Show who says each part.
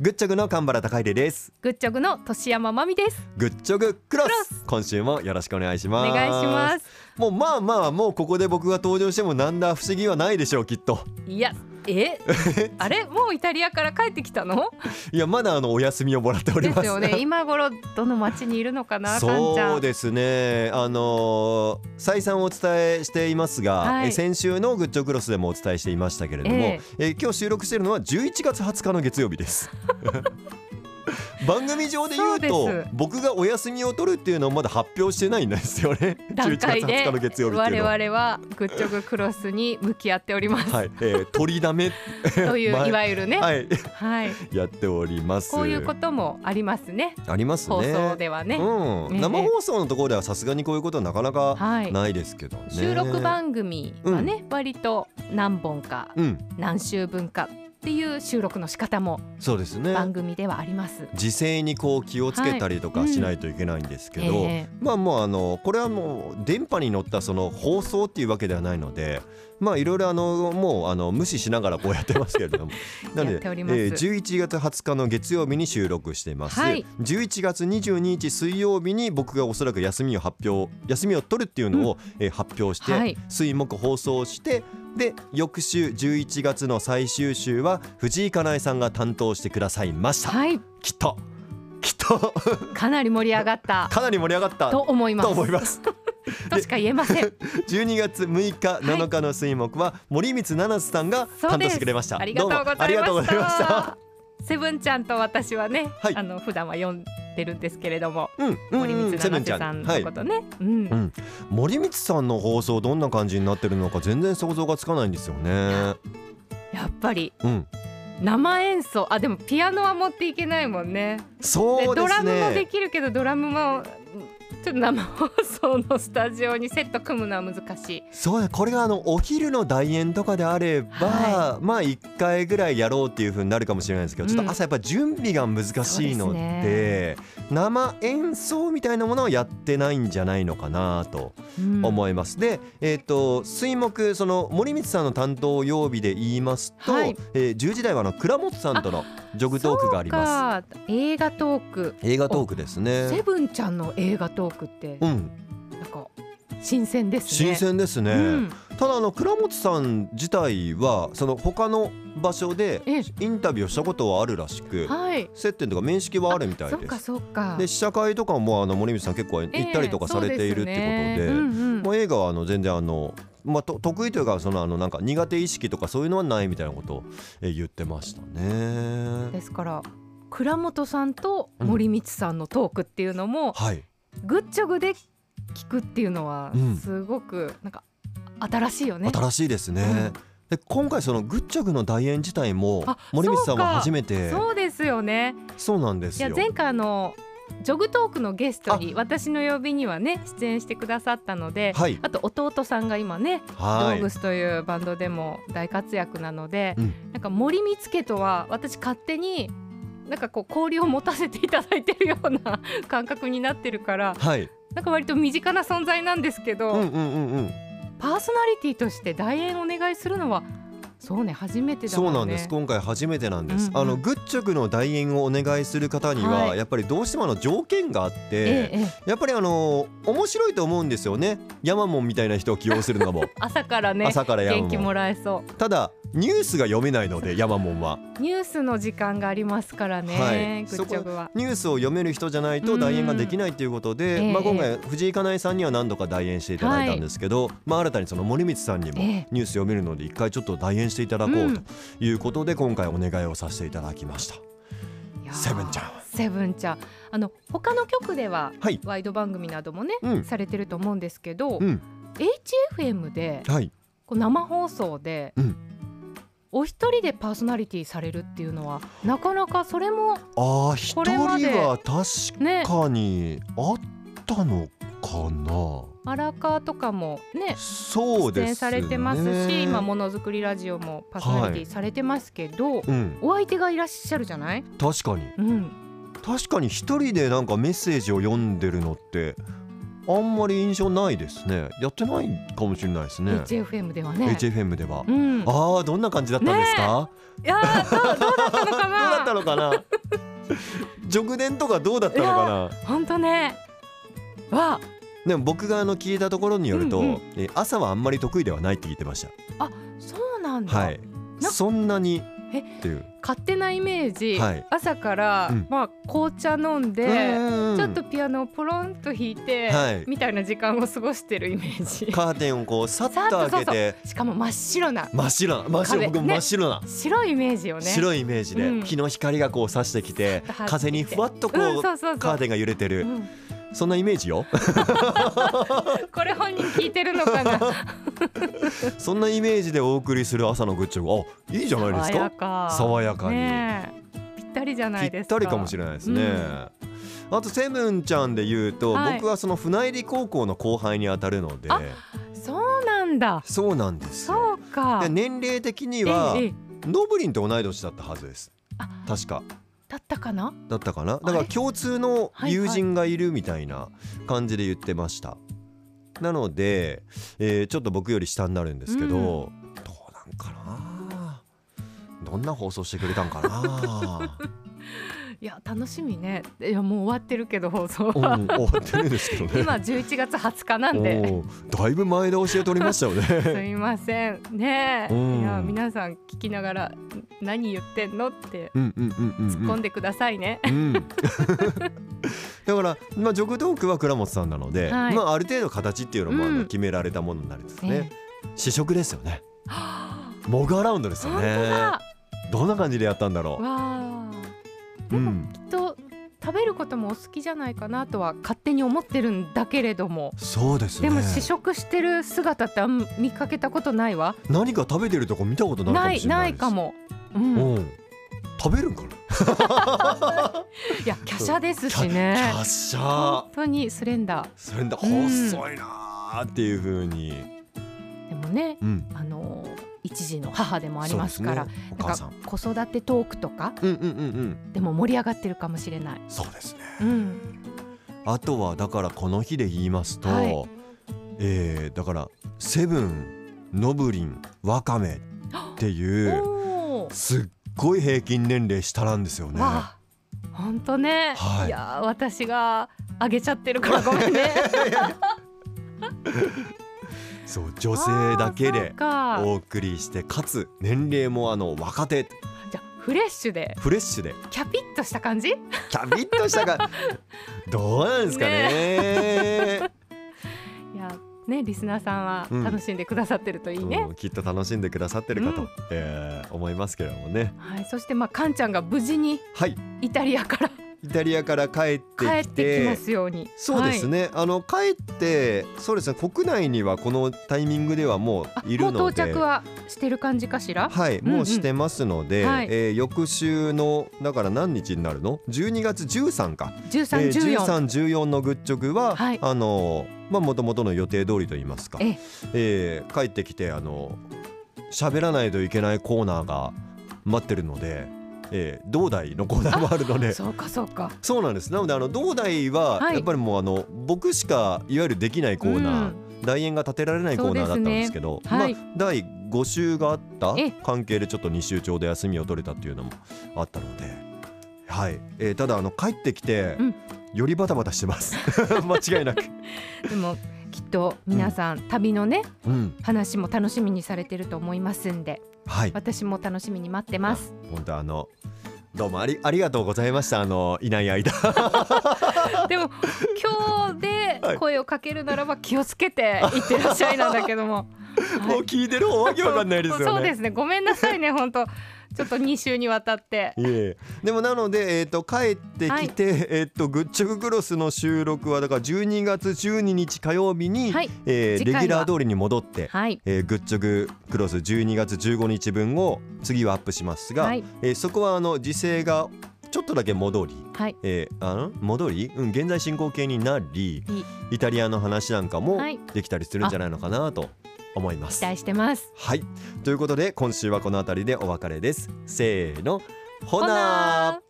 Speaker 1: グッチョグの神原孝秀です
Speaker 2: グッチョグの年山まみです。
Speaker 1: グッチョグクロス
Speaker 2: クロ
Speaker 1: 今週もよろしくお願いし
Speaker 2: お
Speaker 1: ます
Speaker 2: 願いします。
Speaker 1: もうまあまあもうここで僕が登場してもなんだ不思議はないでしょうきっと
Speaker 2: いや、 え、あれ、もうイタリアから帰ってきたの。
Speaker 1: いやまだあのお休みをもらっており
Speaker 2: で
Speaker 1: ます
Speaker 2: すよね。今頃、どの町にいるのかな、かんちゃん。
Speaker 1: そうですねあのー再三お伝えしていますが、
Speaker 2: はい
Speaker 1: え先週のグッチョクロスでもお伝えしていましたけれども、え
Speaker 2: え
Speaker 1: ー今日収録しているのは11月20日の月曜日です 番組上で言う
Speaker 2: そ
Speaker 1: と
Speaker 2: うです
Speaker 1: 僕がお休みを取るっていうのをまだ発表してないんですよね
Speaker 2: 段
Speaker 1: 11月
Speaker 2: 階
Speaker 1: 20日の月
Speaker 2: で
Speaker 1: 曜日っていう
Speaker 2: 我
Speaker 1: のは。
Speaker 2: 々はグッチョグクロスに向き合っております、
Speaker 1: はい、えー、取りだめ
Speaker 2: とい
Speaker 1: 前
Speaker 2: ういわゆるね、はい、
Speaker 1: はいやっております。
Speaker 2: こういうこともありますね
Speaker 1: ありますね。
Speaker 2: 放送ではね、
Speaker 1: うん、
Speaker 2: ええ
Speaker 1: 生放送のところではさすがにこういうことはなかなか
Speaker 2: はい、
Speaker 1: ないですけどね。
Speaker 2: 収録番組はね、割と何本か
Speaker 1: うん、
Speaker 2: 何週分かっていう収録の仕方も
Speaker 1: そうですね。
Speaker 2: 番組ではあります、
Speaker 1: 時勢にこう気をつけたりとかしないといけないんですけど、
Speaker 2: はいうん
Speaker 1: まあもうあのこれはもう電波に乗ったその放送っていうわけではないのでまあいろいろあのもうあの無視しながらこうやってますけれど もなので
Speaker 2: やっ、
Speaker 1: え
Speaker 2: ております
Speaker 1: ー11月20日の月曜日に収録しています、
Speaker 2: はい
Speaker 1: 11月22日水曜日に僕がおそらく休みを発表休みを取るっていうのを、えー発表して、
Speaker 2: はい
Speaker 1: 水木放送してで翌週11月の最終週は藤井かなえさんが担当してくださいました。
Speaker 2: はい
Speaker 1: きっときっと
Speaker 2: かなり盛り上がった
Speaker 1: かなり盛り上がった
Speaker 2: と思います
Speaker 1: と思います
Speaker 2: としか言えません
Speaker 1: 12月6日7日の水木は森光七瀬さんが
Speaker 2: そう
Speaker 1: 担
Speaker 2: で
Speaker 1: 当し
Speaker 2: す
Speaker 1: てくれました
Speaker 2: ありがとうございまし
Speaker 1: どもあ
Speaker 2: た
Speaker 1: りがとうございま した
Speaker 2: セブンちゃんと私はね、
Speaker 1: はい
Speaker 2: あの普段は読んでるんですけれども
Speaker 1: うんうん
Speaker 2: 森
Speaker 1: うん
Speaker 2: 光
Speaker 1: セブ
Speaker 2: 七
Speaker 1: ンち
Speaker 2: 瀬
Speaker 1: ゃ
Speaker 2: さん
Speaker 1: は
Speaker 2: の
Speaker 1: い
Speaker 2: ことね、うん
Speaker 1: うん森光さんの放送どんな感じになってるのか全然想像がつかないんですよね
Speaker 2: やっぱり
Speaker 1: うん
Speaker 2: 生演奏あでもピアノは持っていけないもんね
Speaker 1: そうですね
Speaker 2: ドラムもできるけどドラムもちょっと生放送のスタジオにセット組むのは難しい
Speaker 1: そうだこれがあのお昼の代演とかであれば、
Speaker 2: は
Speaker 1: まあ1回ぐらいやろうっていう風になるかもしれないですけど、ちょっ
Speaker 2: うん
Speaker 1: と朝やっぱ準備が難しいの
Speaker 2: そう
Speaker 1: で
Speaker 2: で
Speaker 1: 生演奏みたいなものはやってないんじゃないのかなと
Speaker 2: うん
Speaker 1: 思います。で、えっと水木その森光さんの担当曜日で言いますと、
Speaker 2: はい
Speaker 1: えー10時台はあの倉本さんとのジョグトークがありま
Speaker 2: そうか映画トーク、
Speaker 1: す。映画トークです
Speaker 2: セ
Speaker 1: ね。
Speaker 2: ブンちゃんの映画トークって
Speaker 1: うん、
Speaker 2: なんか新鮮ですね
Speaker 1: 新鮮ですね。
Speaker 2: うん
Speaker 1: ただあの倉本さん自体はその他の場所で
Speaker 2: え
Speaker 1: インタビューをしたことはあるらしく
Speaker 2: はい
Speaker 1: 接点とか面識はあるみた
Speaker 2: そ
Speaker 1: い
Speaker 2: っ
Speaker 1: で
Speaker 2: か
Speaker 1: す。
Speaker 2: そっか
Speaker 1: で試写会とかもあの森光さん結構行
Speaker 2: ええ
Speaker 1: ったりとかされているってこと
Speaker 2: そう
Speaker 1: で、
Speaker 2: すねうんうん
Speaker 1: もう映画はあの全然あの、まあ、と得意というかそのあのなんか苦手意識とかそういうのはないみたいなことをえー言ってましたね。
Speaker 2: ですから倉本さんと森光さんのトークっていうのも、
Speaker 1: はい、
Speaker 2: グッチョグで聞くっていうのは
Speaker 1: うん
Speaker 2: すごくなんか新しいよね。
Speaker 1: 新しいですね。
Speaker 2: うん
Speaker 1: で今回そのグッチョグの代演自体も
Speaker 2: あ
Speaker 1: 森光さん
Speaker 2: そう
Speaker 1: は
Speaker 2: か
Speaker 1: 初めてそう
Speaker 2: そうですよね。
Speaker 1: なんです
Speaker 2: い
Speaker 1: よ。
Speaker 2: や前回あのジョグトークのゲストに私の曜日にはね出演してくださったので、
Speaker 1: はい
Speaker 2: あと弟さんが今ね、ド
Speaker 1: は
Speaker 2: ー
Speaker 1: い
Speaker 2: グスというバンドでも大活躍なので、
Speaker 1: うん
Speaker 2: なんか森光家とは私勝手になんかこう交流を持たせていただいてるような感覚になってるから
Speaker 1: はい、
Speaker 2: なんか割と身近な存在なんですけど、
Speaker 1: うんうんうんうん、
Speaker 2: パーソナリティとして代演お願いするのはそうね初めてだ
Speaker 1: そ
Speaker 2: も
Speaker 1: うん
Speaker 2: ね
Speaker 1: なんです今回初めてなんです、
Speaker 2: うんうん
Speaker 1: あのグッチョグの代演をお願いする方には、
Speaker 2: はい
Speaker 1: やっぱりどうしてもあの条件があって、
Speaker 2: ええええ
Speaker 1: やっぱりあの面白いと思うんですよねヤマモンみたいな人を起用するのも
Speaker 2: 朝からね
Speaker 1: 朝からヤマ
Speaker 2: 元気
Speaker 1: モ
Speaker 2: も
Speaker 1: ン
Speaker 2: らえそ
Speaker 1: ただニュースが読めないのでヤマモンは
Speaker 2: うニュースの時間がありますからね、
Speaker 1: はい
Speaker 2: グッチョブは
Speaker 1: ニュースを読める人じゃないと代演ができないということで、
Speaker 2: うん
Speaker 1: まあ、
Speaker 2: ええ
Speaker 1: 今回藤井かなえさんには何度か代演していただいたんですけど、まあ、新たにその森光さんにも
Speaker 2: え
Speaker 1: ニュ
Speaker 2: え
Speaker 1: ース読めるので一回ちょっと代演していただこ
Speaker 2: う
Speaker 1: うんということで今回お願いをさせていただきました。
Speaker 2: いやー
Speaker 1: セブンちゃん
Speaker 2: セブンちゃんあの他の局では
Speaker 1: はい、
Speaker 2: ワイド番組などもね、
Speaker 1: うん
Speaker 2: されてると思うんですけど、
Speaker 1: うん
Speaker 2: HFM で
Speaker 1: はい
Speaker 2: こう生放送で、
Speaker 1: うん
Speaker 2: お一人でパーソナリティされるっていうのはなかなかそれも
Speaker 1: ああ一人
Speaker 2: これまで
Speaker 1: は確
Speaker 2: ね
Speaker 1: かにあったのかな。
Speaker 2: 荒川とかもね
Speaker 1: そう
Speaker 2: 出
Speaker 1: ですね。
Speaker 2: 演されてますし今ものづくりラジオもパーソナリティされてますけど、
Speaker 1: うん
Speaker 2: お相手がいらっしゃるじゃない、
Speaker 1: 確かに
Speaker 2: うん、
Speaker 1: 確かに一人でなんかメッセージを読んでるのってあんまり印象ないですね。やってないかもしれないですね。
Speaker 2: HFM ではね。
Speaker 1: HFM では。
Speaker 2: うん、い
Speaker 1: ああどんな感じだったんですか？
Speaker 2: やーどうどうだったのか
Speaker 1: どうだ
Speaker 2: な
Speaker 1: ったのか な直伝とかどうだったのか
Speaker 2: 本当ねわ
Speaker 1: なでも僕があの聞いたところによると、
Speaker 2: うんうん
Speaker 1: え朝はあんまり得意ではないって聞いてまし
Speaker 2: そうなん
Speaker 1: た
Speaker 2: だ、
Speaker 1: はい
Speaker 2: な
Speaker 1: そんなに
Speaker 2: え
Speaker 1: っていう
Speaker 2: 勝手なイメージ、
Speaker 1: はい
Speaker 2: 朝から、
Speaker 1: うん
Speaker 2: まあ、紅茶飲ん
Speaker 1: うん
Speaker 2: で、
Speaker 1: うんうん
Speaker 2: ちょっとピアノをポロンと弾いて、
Speaker 1: はい
Speaker 2: みたいな時間を過ごしてるイメージ
Speaker 1: カーテンをこうさっ
Speaker 2: さっと
Speaker 1: と開けて
Speaker 2: しかも真っ白な
Speaker 1: 真っ白な真っ白
Speaker 2: 壁
Speaker 1: 僕も
Speaker 2: ね
Speaker 1: 真っ白な、
Speaker 2: 白いイメージよね
Speaker 1: 白いイメージで、
Speaker 2: うん
Speaker 1: 日の光がこう差してきて
Speaker 2: さっと入ってきて
Speaker 1: 風にふわっとこう,、
Speaker 2: うんそうそうそう
Speaker 1: カーテンが揺れてる、
Speaker 2: うん
Speaker 1: そんなイメージ よ
Speaker 2: これ本人聞いてるのか な
Speaker 1: そんなイメージでお送りする朝のグッチョブあいいじゃないです
Speaker 2: 爽や
Speaker 1: か
Speaker 2: か
Speaker 1: 爽やかに
Speaker 2: ねえぴったりじゃな
Speaker 1: ぴ
Speaker 2: いで
Speaker 1: っ
Speaker 2: すか
Speaker 1: たりかもしれないですね、
Speaker 2: うん
Speaker 1: あとセブンちゃんで言うと、
Speaker 2: はい
Speaker 1: 僕はその船入高校の後輩にあたるので
Speaker 2: あそうなんだ
Speaker 1: そうなんですよ
Speaker 2: そうか
Speaker 1: で年齢的に
Speaker 2: え
Speaker 1: は
Speaker 2: えええ
Speaker 1: ノブリンと同い年だったはずです
Speaker 2: あ
Speaker 1: 確か
Speaker 2: だったかな
Speaker 1: だったかなだか
Speaker 2: あ
Speaker 1: ら
Speaker 2: れ
Speaker 1: 共通の友人がいるみたいな感じで言ってました、なので、えーちょっと僕より下になるんですけど、
Speaker 2: う
Speaker 1: ど
Speaker 2: ん
Speaker 1: うなんかなどんな放送してくれたんか な
Speaker 2: いや楽しみねいやもう終わってるけど放送
Speaker 1: うん
Speaker 2: は、
Speaker 1: 終わってるんですけどね
Speaker 2: 今11月20日なんで
Speaker 1: おーだいぶ前倒しで撮りましたよ
Speaker 2: す
Speaker 1: ね
Speaker 2: みませんね
Speaker 1: う
Speaker 2: え、
Speaker 1: ん
Speaker 2: いや皆さん聞きながらん何言ってんのって
Speaker 1: うんうんうん
Speaker 2: 突っ
Speaker 1: うんう
Speaker 2: 込ん
Speaker 1: ん
Speaker 2: でくださいね、
Speaker 1: うんだから、まあ、ジョグトークは倉本さんなので、
Speaker 2: はい
Speaker 1: まあ、ある程度形っていうのもあ
Speaker 2: う
Speaker 1: の
Speaker 2: ん
Speaker 1: 決められたものになるんです
Speaker 2: ね
Speaker 1: ね、試食ですよね
Speaker 2: は
Speaker 1: モグアラウンドです
Speaker 2: あ
Speaker 1: よ
Speaker 2: 本当
Speaker 1: ね
Speaker 2: だ
Speaker 1: どんな感じでやったんだろ
Speaker 2: わあ
Speaker 1: う、
Speaker 2: で
Speaker 1: う
Speaker 2: も
Speaker 1: ん、
Speaker 2: きっと食べることもお好きじゃないかなとは勝手に思ってるんだけれども
Speaker 1: そうですね
Speaker 2: でも試食してる姿ってあんま見かけたことないわ
Speaker 1: 何か食べてるとこ見たことな
Speaker 2: ない
Speaker 1: かも
Speaker 2: い
Speaker 1: しれな
Speaker 2: ないい
Speaker 1: です
Speaker 2: かも、うん、
Speaker 1: うん、食べるんかない
Speaker 2: や華奢ですし
Speaker 1: キ
Speaker 2: ね
Speaker 1: ャッシャー
Speaker 2: 本当にスレンダー
Speaker 1: それだ
Speaker 2: うん
Speaker 1: 細いなーっていうふうに、
Speaker 2: でもね
Speaker 1: うん、
Speaker 2: あのー一時の母でもありますから
Speaker 1: そうですねお
Speaker 2: な
Speaker 1: 母
Speaker 2: ん
Speaker 1: さ
Speaker 2: か
Speaker 1: ん
Speaker 2: 子育てトークとか
Speaker 1: うんうんうんうん
Speaker 2: でも盛り上がってるかもしれない、
Speaker 1: そうですね
Speaker 2: うん、
Speaker 1: あとはだからこの日で言いますと、
Speaker 2: はい
Speaker 1: えーだからセブンノブリンワカメっていう
Speaker 2: おー
Speaker 1: すっごい平均年齢下なんですよね
Speaker 2: わあ本当ね、
Speaker 1: はい
Speaker 2: い、やー私があげちゃってるからごめんね
Speaker 1: そう 女性だけで
Speaker 2: あーそうか
Speaker 1: お送りしてかつ年齢もあの若手
Speaker 2: じゃあフレッシュで
Speaker 1: フレッシュで
Speaker 2: キャピッとした感じ
Speaker 1: キャビッとした がどうなんですかね
Speaker 2: いやねリスナーさんは
Speaker 1: うん
Speaker 2: 楽しんでくださってるといいね、
Speaker 1: うんきっと楽しんでくださってるかと、
Speaker 2: うん
Speaker 1: えー思いますけれどもね
Speaker 2: はいそしてまあカンちゃんが無事に
Speaker 1: はい
Speaker 2: イタリアから
Speaker 1: イタリアから帰って
Speaker 2: 帰
Speaker 1: き
Speaker 2: っててきますように
Speaker 1: そうです
Speaker 2: ね、
Speaker 1: ね、あの帰ってそうですね国内にはこのタイミングではも
Speaker 2: は
Speaker 1: ういる
Speaker 2: あもう
Speaker 1: の
Speaker 2: 到
Speaker 1: で
Speaker 2: 着はしてる感じかしら
Speaker 1: はい、
Speaker 2: うんうん
Speaker 1: もうしてますので、
Speaker 2: はい
Speaker 1: えー翌週のだから何日になるの？12月13か。えー、13、
Speaker 2: 1314
Speaker 1: 14のグッチョグは、
Speaker 2: はい
Speaker 1: あのーまあ元々の予定通りと言いますか、
Speaker 2: え
Speaker 1: えー帰ってきてあのー喋らないといけないコーナーが待ってるので、えー、道大のコーナーもあるので。
Speaker 2: そうかそうか
Speaker 1: そうなんですなのであの道大は
Speaker 2: はい
Speaker 1: やっぱりもうあの、僕しかいわゆるできないコーナー、代演が立てられないコーナーだったんですけど
Speaker 2: そうですねはい
Speaker 1: まあ、第5週があった
Speaker 2: え
Speaker 1: 関係でちょっと2週ちょうど休みを取れたっていうのもあったので、はいえーただあの帰ってきて、
Speaker 2: うん
Speaker 1: よりバタバタしてます 間違いなく、
Speaker 2: うんでもきっと皆さん、旅のね
Speaker 1: うん
Speaker 2: 話も楽しみにされてると思いますんで
Speaker 1: はい、
Speaker 2: 私も楽しみに待って ます
Speaker 1: 本当あのどうもありありがとうございましたあのいない間
Speaker 2: でも今日
Speaker 1: はい
Speaker 2: で声をかけるならば気をつけていってらっしゃいなんだけ ども。
Speaker 1: もう聞いてる方わけわかんないですよね。
Speaker 2: そうですね。ごめんなさい ね、本当。ちょっと二週にわたって。
Speaker 1: いえいえでもなので、えー、と帰ってきて、えー、とグッチョグクロスの収録はだから12月12日火曜日に、
Speaker 2: はい
Speaker 1: えーレ
Speaker 2: 次
Speaker 1: ギ
Speaker 2: 回は
Speaker 1: ュラー通りに戻って、
Speaker 2: はい。
Speaker 1: えーグッチョグクロス12月15日分を次はアップしますが、
Speaker 2: はい。
Speaker 1: えーそこはあの時勢がちょっとだけ戻り、
Speaker 2: はい。
Speaker 1: えーあの戻り、うん、現在進行形になり
Speaker 2: いい
Speaker 1: イタリアの話なんかも
Speaker 2: はい
Speaker 1: できたりするんじゃないのかなと思いま
Speaker 2: 期
Speaker 1: す。
Speaker 2: 待してます。
Speaker 1: はいということで今週はこの辺りでお別れです。せーのほな
Speaker 2: ほなー